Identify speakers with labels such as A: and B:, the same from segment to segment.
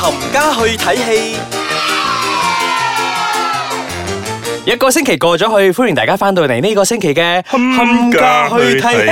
A: 冚家去睇戲，
B: 一個星期過咗去，歡迎大家翻到嚟呢個星期嘅
C: 冚家去睇。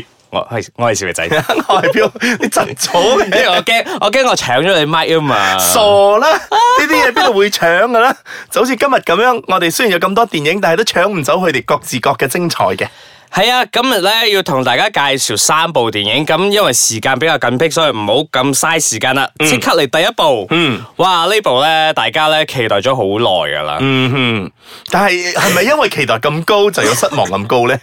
C: 戲。
B: 我係我係小肥 仔，因
A: 外表 你震咗 咩？
B: 為我驚我驚我搶咗你麥啊嘛。
A: 傻啦！呢啲嘢邊度會搶噶啦？就好似今日咁樣，我哋雖然有咁多電影，但係都搶唔走佢哋各自各嘅精彩嘅。
B: 係啊，今日咧要同大家介紹三部電影，咁因為時間比較緊迫，所以唔好咁嘥時間啦，即刻嚟第一部。嗯，哇呢部咧大家咧期待咗好耐噶啦。
A: 嗯哼，但係係咪因為期待咁高就有失望咁高 咧？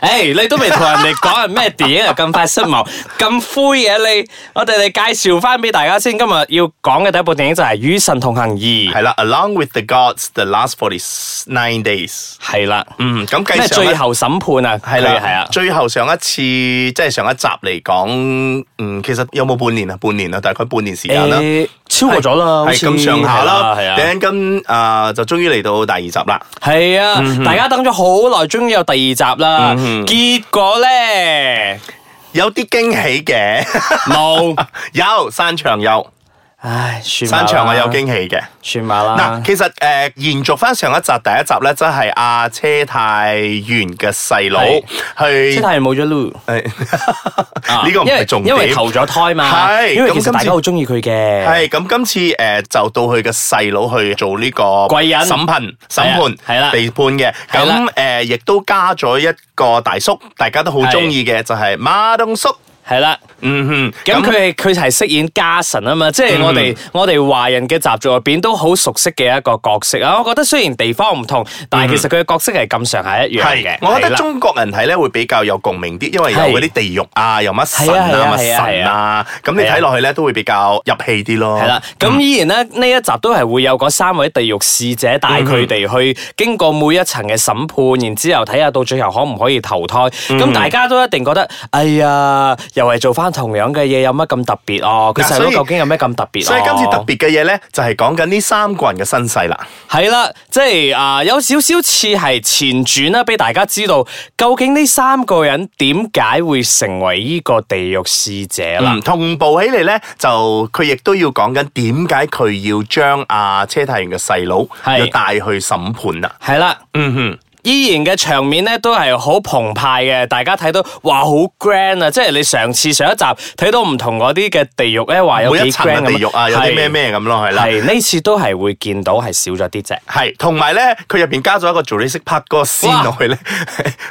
B: 诶、你都未同人哋講係咩電影啊？咁快失 望，咁灰嘅你，我哋嚟介紹翻俾大家先。今日要講嘅第一部電影就係《與神同行二》，
A: 係啦，Along with the gods, the last forty nine days。
B: 係啦，
A: 嗯，咁計
B: 咩
A: 上
B: 最
A: 一
B: 後審判啊？
A: 係啦，
B: 係啊，
A: 最後上一次即係上一集嚟講，嗯，其實有冇半年啊？半年啦，大概半年時間啦。
B: 誒超過咗啦，好
A: 係
B: 似
A: 咁上下啦，
B: 係啊，
A: 頂咁啊就終於嚟到第二集啦。
B: 係啊，
A: 嗯
B: 大家等咗好耐，終於有第二集啦。結果咧
A: 有啲驚喜嘅，
B: 冇，
A: 有山場有
B: 唉，算吧
A: 山
B: 啦
A: 場我有驚喜嘅。
B: 算吧啦
A: 嗱，。其實誒、呃延續翻上一集第一集咧，即係阿車太元嘅細佬
B: 係
A: 去
B: 即。係冇咗 Lu，
A: 誒 呢個唔
B: 因為
A: 係重
B: 因為
A: 點。
B: 投咗胎嘛，
A: 係
B: 因為其
A: 咁今
B: 實大
A: 次
B: 家好中意佢嘅，
A: 係咁，今次誒、呃就到佢嘅細佬去做呢個
B: 貴人
A: 審判、審判
B: 係啦
A: 被判嘅。
B: 係啦
A: 咁誒亦都加咗一個大叔，大家都好中意嘅就係馬東叔。
B: 係啦。
A: 嗯哼，
B: 咁佢係佢係飾演家臣啊嘛，即
A: 嗯
B: 係我哋、我哋華人嘅習俗入邊都好熟悉嘅一個角色啊。我覺得雖然地方唔同，但係其實佢嘅角色係咁上下一樣嘅
A: 嗯係。，我覺
B: 係
A: 得
B: 啦
A: 中國人睇咧會比較有共鳴啲，因為有
B: 係
A: 嗰啲地獄啊，有乜神
B: 係啊
A: 啊、
B: 係
A: 乜
B: 啊係啊
A: 神啊，咁你
B: 係啊
A: 睇落去咧都會比較入戲啲咯。
B: 係啦，
A: 嗯
B: 咁依然咧呢一集都係會有嗰三位地獄使者帶
A: 嗯
B: 佢哋去經過每一層嘅審判，然之後睇下到最後可唔可以投胎。
A: 嗯
B: 咁大家都一定覺得，哎呀，又係做翻同樣嘅嘢，有乜咁特別哦？佢
A: 嗱
B: 細佬
A: 所以
B: 究竟有咩咁特別？哦
A: 所以今次特。別嘅嘢咧，就係講緊呢三個人嘅身世啦。
B: 系啦，即系啊、有少少似係前傳啦，俾大家知道究竟呢三個人點解會成為呢個地獄使者啦。
A: 嗯，同步起嚟咧，就佢亦都要講緊點解佢要將阿車太元嘅細佬
B: 係
A: 要帶去審判啦。
B: 係啦，
A: 嗯哼，
B: 依然嘅場面咧都係好澎湃嘅，大家睇到哇好 grand 啊！即係你上次上一集睇到唔同嗰啲嘅地獄咧，話有
A: 每
B: 幾
A: 一層
B: grand
A: 嘅
B: 咁
A: 地獄啊，有啲咩咩咁咯，係啦。
B: 係呢次都係會見到係少咗啲 啫。
A: 係，同埋咧，佢入邊加咗一個 Jurassic Park 嗰個 scene 落去咧，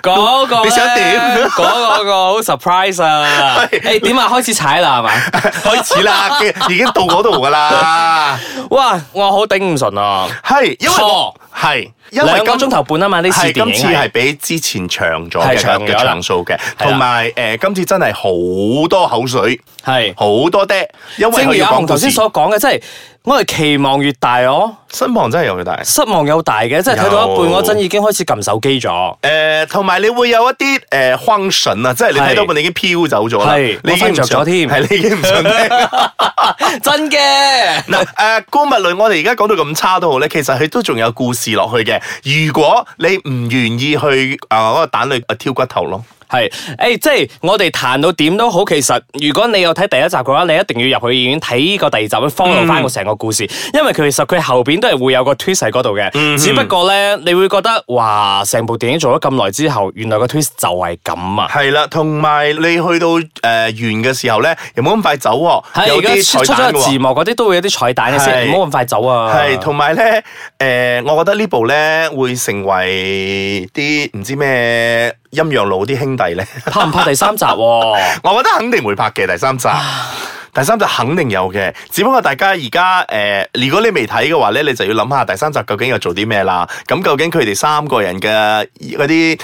B: 嗰個
A: 你想
B: 呢
A: 點
B: 嗰個個好 surprise 啊！誒點啊？開始踩啦係嘛？
A: 開始啦，已經到嗰度噶啦。
B: 哇！我好頂唔順啊！
A: 係，因為
B: 錯
A: 係因為
B: 兩個
A: 今
B: 鐘頭半啊嘛，呢次
A: 係
B: 電
A: 今
B: 影
A: 次係比之前長咗
B: 係
A: 嘅
B: 長咗
A: 嘅
B: 啦
A: 長數嘅，
B: 係啦
A: 同埋誒今次真係好多口水，
B: 係。
A: 好多爹，因為
B: 正
A: 佢
B: 如
A: 要
B: 阿
A: 講
B: 紅頭
A: 故
B: 先
A: 事。
B: 所講嘅，即係我係期望越大，我
A: 身旁真係有佢大。
B: 失望又大嘅，即係睇到一半嗰
A: 有
B: 陣已經開始撳手機 咗。
A: 誒，同埋你會有一啲誒慌神啊，即係你
B: 係
A: 睇到本你已經飄走咗啦，
B: 係
A: 你已經唔
B: 我瞓著咗
A: 想
B: 添
A: 係你已經唔 想聽。
B: 真嘅，
A: 嗱誒，姑勿論我哋而家講到咁差都好咧，其實佢都仲有故事落去嘅。如果你唔願意去啊嗰個蛋裏挑骨頭咯，
B: 係誒、即係我哋彈到點都好，其實如果你有睇第一集嘅話，你一定要入去影院睇呢個第二集，去 follow 翻個成個故事，
A: 嗯
B: 因為其實佢後邊都係會有個 twist 喺嗰度嘅。只不過咧，你會覺得哇，成部電影做咗咁耐之後，原來個 twist 就係咁啊！
A: 係啦，同埋你去到誒完嘅時候咧，又冇咁快走喎，
B: 係
A: 有
B: 而家出
A: 啲
B: 出
A: 彩
B: 咗
A: 蛋
B: 個
A: 嘅
B: 字
A: 喎。
B: 幕嗰啲都會有啲彩蛋嘅先，
A: 係
B: 唔好咁快走啊！
A: 係，同埋咧，誒，我覺得呢部咧會成為啲唔知咩陰陽佬啲兄弟咧。
B: 拍唔拍第三集喎、
A: 我覺得肯定會拍嘅第三集。第三集肯定有嘅，只不過大家而家誒，如果你未睇嘅話咧，你就要諗下第三集究竟又做啲咩啦。咁究竟佢哋三個人嘅嗰啲誒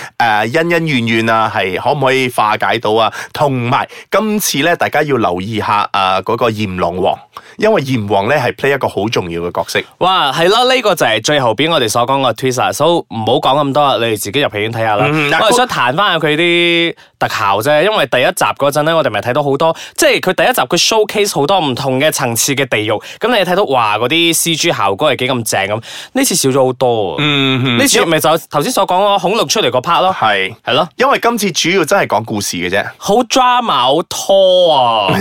A: 恩恩怨怨啊，係可唔可以化解到啊？同埋今次咧，大家要留意下啊嗰、個閻龍王，因為閻王咧係 play 一個好重要嘅角色。
B: 哇，係啦，呢、個就係最後邊我哋所講個 twist，所以唔好講咁多啦，你哋自己入戲院睇下啦。
A: 嗯嗱
B: 我係想彈翻下佢啲特效啫，因為第一集嗰陣咧，我哋咪睇到好多，即係佢第一集佢 showcase 好多唔同嘅層次嘅地獄，咁你睇到哇嗰啲 CG 效果係幾咁正咁，呢次少咗好多啊。
A: 嗯
B: 呢次咪就頭先所講個恐龍出嚟個 part 咯，
A: 係，
B: 係咯。
A: 因為今次主要真係講故事嘅啫。啊
B: 好 drama 好拖啊，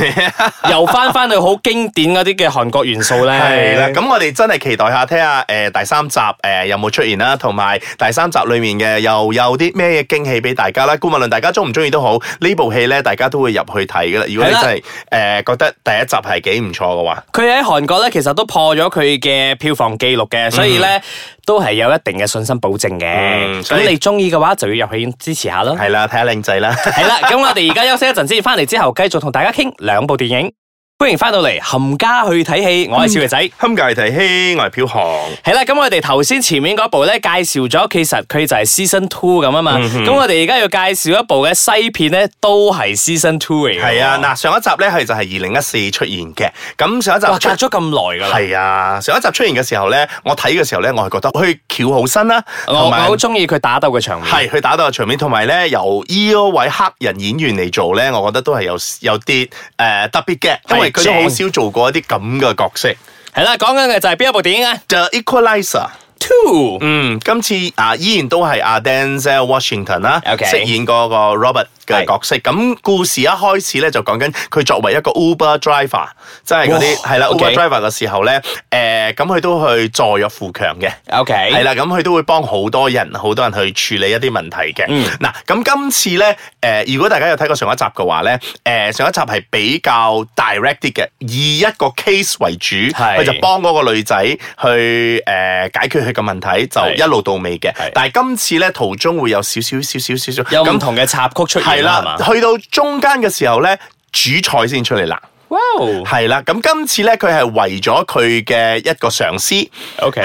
B: 又翻翻去好經典嗰啲啲嘅韓國元素咧。
A: 系啦，咁我哋真係期待下睇下诶第三集诶、呃有冇出現啦，同埋第三集里面嘅又有啲咩驚喜俾大家啦。顧問論大家中唔中意都好，呢部戲咧大家都會入去睇噶啦。如果
B: 係
A: 你
B: 啦
A: 真係诶、呃、觉得第一集係幾唔錯嘅話，
B: 佢喺韓國咧，其實都破咗佢嘅票房記錄嘅，所以咧都係有一定嘅信心保證嘅。
A: 嗯所
B: 咁
A: 以
B: 你中意嘅話，就要入去支持下 咯。
A: 係啦，睇下靚仔啦。
B: 係啦，咁我哋而家休息一陣先，翻嚟之後繼續同大家傾兩部電影。歡迎翻到嚟，冚家去睇戲，我係少爺仔。
A: 堪介提希，我係飄航。
B: 系啦，咁我哋頭先前面嗰部咧介紹咗，其實佢就係 season two 咁啊嘛。咁、我哋而家要介紹一部嘅西片咧，都係 season two 嚟嘅喎。
A: 係啊，嗱上一集咧係就係二零一四出現嘅，咁上一集
B: 哇，
A: 出
B: 隔咗咁耐噶啦。
A: 係啊，上一集出現嘅時候咧，我睇嘅時候咧，我係覺得佢翹好身啦，
B: 我
A: 同
B: 我
A: 埋
B: 好中意佢打鬥嘅場面。
A: 係佢打到嘅場面，同埋咧由呢嗰位黑人演員嚟做咧，我覺得都係有有啲誒、呃特別嘅，因為佢都
B: 係
A: 好
B: 正
A: 少做過一啲咁嘅角色。
B: 係啦，講緊嘅就係邊一部電影啊
A: The Equalizer，
B: ？Two。
A: 嗯，今次啊依然都係阿 Denzel Washington 啦
B: OK
A: 飾演嗰個 Robert
B: 係
A: 嘅角色。咁故事一開始咧就講緊佢作為一個 Uber driver，即係嗰啲
B: 哇
A: 係啦
B: OK
A: Uber driver 嘅時候咧，誒咁佢都去助弱扶強嘅。
B: O K。
A: 係啦，咁佢都會幫好多人，好多人去處理一啲問題嘅。
B: 嗯
A: 嗱、咁今次咧，誒、如果大家有睇過上一集嘅話咧，誒、上一集係比較 direct 啲嘅，以一個 case 為主，
B: 係
A: 佢就幫嗰個女仔去誒、解決佢嘅問題，
B: 係
A: 就一路到尾嘅
B: 係。
A: 但係今次咧，途中會有少少少少少少
B: 有
A: 咁
B: 唔同嘅插曲出
A: 係
B: 現啦，係
A: 啦
B: 嘛，？
A: 去到中間嘅時候咧，主菜先出嚟啦。
B: 哇
A: 係啦，咁今次咧，佢係為咗佢嘅一個上司。
B: ！O K。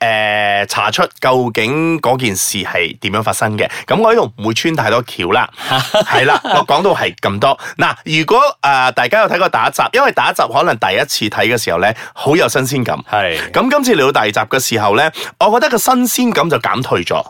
A: 係誒查出究竟嗰件事係點樣發生嘅。咁我呢度唔會穿太多橋啦，係啦，我講到係咁多。嗱，如果誒、呃大家有睇過第一集，因為第一集可能第一次睇嘅時候咧，好有新鮮感。
B: 係
A: 咁今次嚟到第二集嘅時候咧，我覺得個新鮮感就減退咗。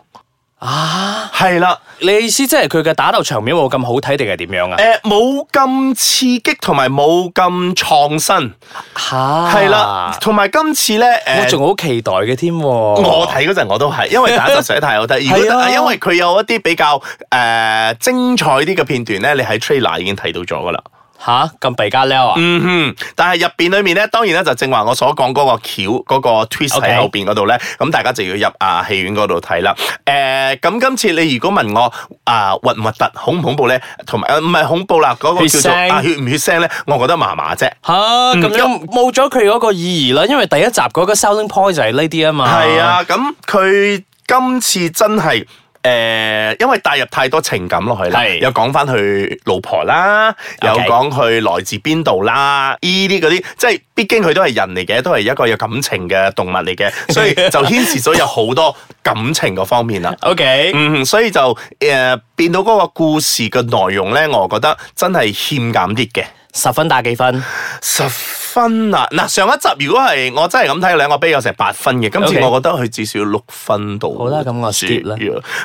B: 啊，
A: 係啦，
B: 你意思即係佢嘅打鬥場面冇咁好睇定係點樣啊？
A: 誒呃冇咁刺激同埋冇咁創新，
B: 吓
A: 係啦，，同埋今次咧誒。呃
B: 我仲好期待嘅添喎。
A: 我睇嗰陣我都係，因為第一集實在太好睇。如
B: 哦係
A: 果
B: 啊
A: 因為佢有一啲比較誒、呃精彩啲嘅片段咧，你喺 trailer 已經睇到咗噶啦。
B: 吓咁鼻加撩啊！
A: 嗯哼，但係入邊裡面咧，當然咧就正話我所講嗰個橋嗰、個 twist
B: OK
A: 喺後邊嗰度咧，咁大家就要入啊戲院嗰度睇啦。誒、呃咁今次你如果問我啊核唔核突、恐唔恐怖咧，同埋呃唔係恐怖啦，嗰、個
B: 血
A: 叫做
B: 腥
A: 啊血唔血腥咧，我覺得麻麻啫。
B: 吓咁樣嗯冇咗佢嗰個意義啦，因為第一集嗰個 selling point 就係呢啲啊嘛。
A: 係，啊，咁佢今次真係诶、呃因為帶入太多情感落去啦，
B: 係
A: 又講翻佢老婆啦
B: OK
A: 又講佢來自邊度啦，呢啲嗰啲，即係畢竟佢都係人嚟嘅，都係一個有感情嘅動物嚟 嘅，所以就牽涉咗有好多感情嗰方面 啦。
B: ，OK，
A: 嗯，所以就誒、呃、變到嗰個故事嘅內容咧，我覺得真係欠減啲嘅。
B: 十分打幾分？
A: 十分啊！嗱，上一集如果係我真係咁睇，兩個比有成八分嘅，今次
B: OK
A: 我覺得佢至少要六分到。
B: 好啦咁我 skip 啦。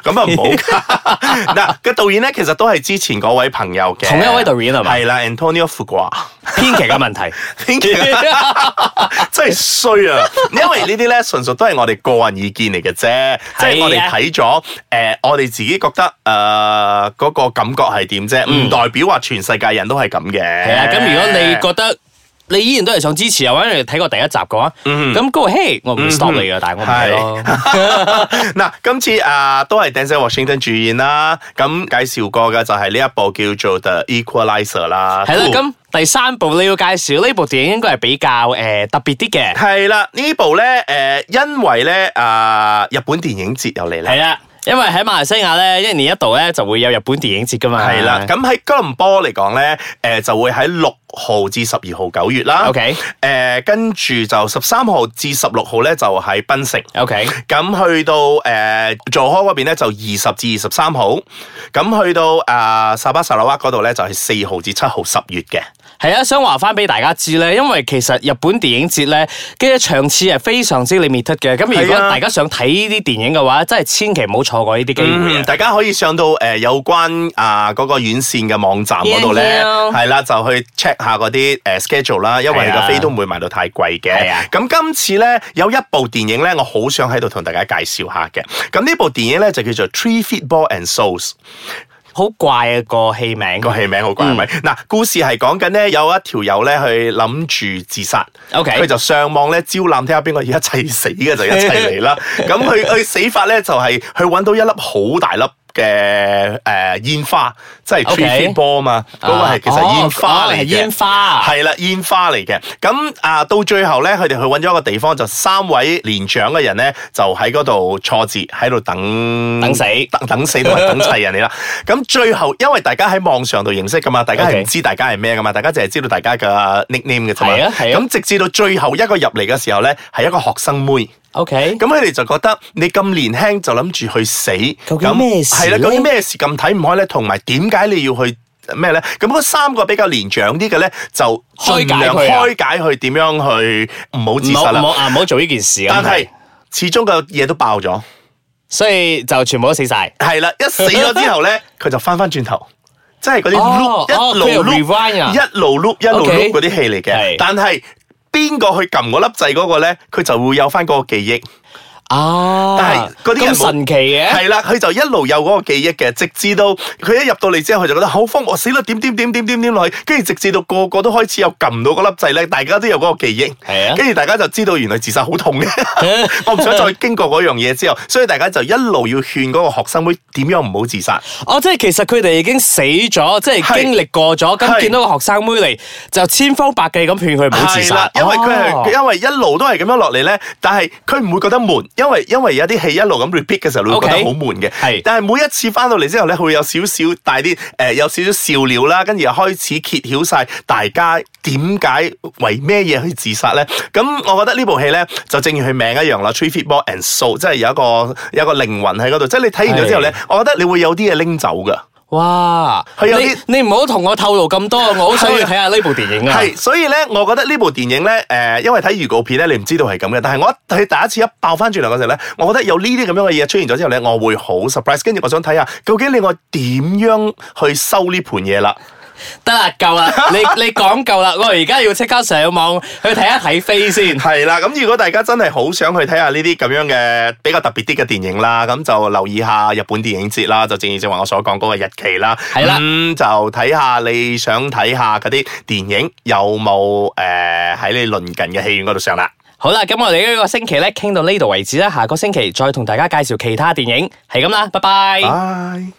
A: 咁 啊唔好。嗱，個導演咧其實都係之前嗰位朋友嘅，
B: 同一位導演係嘛
A: 係啦，Antonio Fuqua。
B: 編劇嘅問題，
A: 編劇真係衰啊！因為呢啲咧純屬都係我哋個人意見嚟嘅
B: 啊
A: 啫，即係我哋睇咗誒，我哋自己覺得誒嗰、個感覺係點啫，唔代表話全世界人都係咁嘅。
B: 嗯係
A: 係
B: 啊。 咁如果你覺得你依然都係想支持啊，或者你睇過第一集嘅話，咁 go ahead，我唔 stop 你嘅，但係我唔睇咯。
A: 嗱，今次啊都係 Denzel Washington 主演啦，咁介紹過嘅就係呢一部叫做 The Equalizer 啦。
B: 係啦，
A: Two
B: 咁第三部你要介紹呢部電影應該係比較誒特別啲嘅，
A: 係啦，呢部咧诶，誒因為咧啊日本電影節又嚟啦
B: 係。啦，因為喺馬來西亞咧一年一度咧就會有日本電影節噶嘛。
A: 係啦，咁喺吉隆坡嚟講咧，誒、就會喺六號至十二號九月啦。
B: OK
A: 誒、跟住就十三號至十六號咧就喺檳城。
B: OK，
A: 咁去到誒佐科嗰邊咧就二十至二十三號，咁去到啊、沙巴沙拉哇嗰度咧就係四號至七號十月嘅。
B: 係啊，想話翻俾大家知咧，因為其實日本電影節咧嘅場次係非常之 limited 嘅，咁如
A: 係
B: 果
A: 啊
B: 大家想睇呢啲電影嘅話，真係千祈唔好錯過呢啲機會啊
A: 嗯，大家可以上到誒、呃有關啊嗰、個院線嘅網站嗰度咧，
B: Yeah, yeah.
A: 係啦，就去 check 下嗰啲誒 schedule 啦，因為
B: 係
A: 佢
B: 啊
A: 個飛都唔會賣到太貴
B: 係啊
A: 嘅。咁今次咧有一部電影咧，我好想喺度同大家介紹下嘅。咁呢部電影咧就叫做《Three Feet Ball and Souls》。
B: 好怪啊個戲名。
A: 個戲名
B: 嗯
A: 好怪係咪？嗱，故事係講緊咧，有一條友咧去諗住自殺，
B: OK
A: 佢就上網咧招攬，睇下邊個要一齊死嘅就一齊嚟 啦。咁佢佢死法咧就係去揾到一粒好大粒。嘅誒煙花，即係
B: OK
A: tree ball 啊嘛，嗰個係其實煙花
B: 哦哦
A: 嚟
B: 係
A: 嘅，
B: 煙花
A: 係啦，煙花嚟嘅。咁啊，到最後咧，佢哋去揾咗一個地方，就三位年長嘅人咧，就喺嗰度挫折，喺度等
B: 等死
A: 等等死同埋等齊人 哋啦。咁最後，因為大家喺網上度認識噶嘛，大家係
B: OK
A: 唔知大家係咩噶嘛，大家淨係知道大家嘅 nickname 嘅啫嘛。
B: 係啊係啊
A: 咁直至到最後一個入嚟嘅時候咧，係一個學生妹。
B: OK，
A: 咁佢哋就覺得你咁年輕就諗住去死，
B: 究竟
A: 咁
B: 咩事
A: 係啦，
B: 呢
A: 究竟咩事咁睇唔開咧？同埋點解你要去咩咧？咁嗰三個比較年長啲嘅咧，就盡量
B: 開解佢啊
A: 開解佢點樣去唔好自
B: 唔好
A: 殺
B: 唔好
A: 啦。
B: 啊，唔好做呢件事啊。
A: 但係始終個嘢都爆咗，
B: 所以就全部都死晒。
A: 係啦，一死咗之後 咧，佢就翻翻轉頭。即係嗰啲
B: 哦
A: loop
B: 哦
A: 一路
B: 佢又 rewind 啊
A: loop 一路 loop 一路
B: OK
A: loop 嗰啲戲嚟嘅
B: 係，
A: 但係邊個去撳嗰粒掣嗰個咧，佢就會有翻嗰個記憶。
B: 啊！
A: 但係嗰啲人
B: 咁神奇嘅，
A: 系啦，佢就一路有嗰個記憶嘅，直至到佢一入到嚟之後，佢就覺得好慌，我死啦！點點點點點點落去，跟住直至到個個都開始有撳到嗰粒掣咧，大家都有嗰個記憶，
B: 係啊
A: 跟住大家就知道原來自殺好痛嘅，我唔想再經過嗰樣嘢之後，所以大家就一路要勸嗰個學生妹點樣唔好自殺，
B: 哦，即係其實佢哋已經死咗，即係
A: 係
B: 經歷過咗，咁
A: 係
B: 見到個學生妹嚟，就千方百計咁勸佢唔好自
A: 係啦
B: 殺，，
A: 因為佢
B: 哦
A: 係因為一路都係咁樣落嚟咧，但係佢唔會覺得悶，因為因為有啲戲一路咁 repeat 嘅時候，你會覺
B: OK
A: 得好悶嘅。
B: 係
A: 但係每一次翻到嚟之後咧，佢會有少少帶啲誒有少少笑料啦，跟住又開始揭曉晒大家點解為咩嘢去自殺咧？咁我覺得呢部戲咧就正如佢名一樣啦，Three Feet Ball and Soul，即係有一個有一個靈魂喺嗰度，即係你睇完咗之後咧，我覺得你會有啲嘢拎走㗎。
B: 哇！
A: 佢有啲
B: 你你唔好同我透露咁多，我好想要睇下呢部電影啊！
A: 係，所以咧，我覺得呢部電影咧，誒、因為睇預告片咧，你唔知道係咁嘅。但係我一睇第一次一爆翻轉嚟嗰陣咧，我覺得有呢啲咁樣嘅嘢出現咗之後咧，我會好 surprise。跟住我想睇下，究竟你我點樣去收呢盤嘢啦？
B: 得啦，夠 啦，你你講夠啦，我而家要即刻上網去睇一睇飛先。
A: 係啦，咁如果大家真係好想去睇下呢啲咁樣嘅比較特別啲嘅電影啦，咁就留意下日本電影節啦，就正如正話我所講嗰個日期啦。
B: 係啦
A: 咁、就睇下你想睇下嗰啲電影有冇誒喺你鄰近嘅戲院嗰度上啦。
B: 好啦，咁我哋呢個星期咧傾到呢度為止啦，下個星期再同大家介紹其他電影，係咁啦，拜拜。
A: 拜。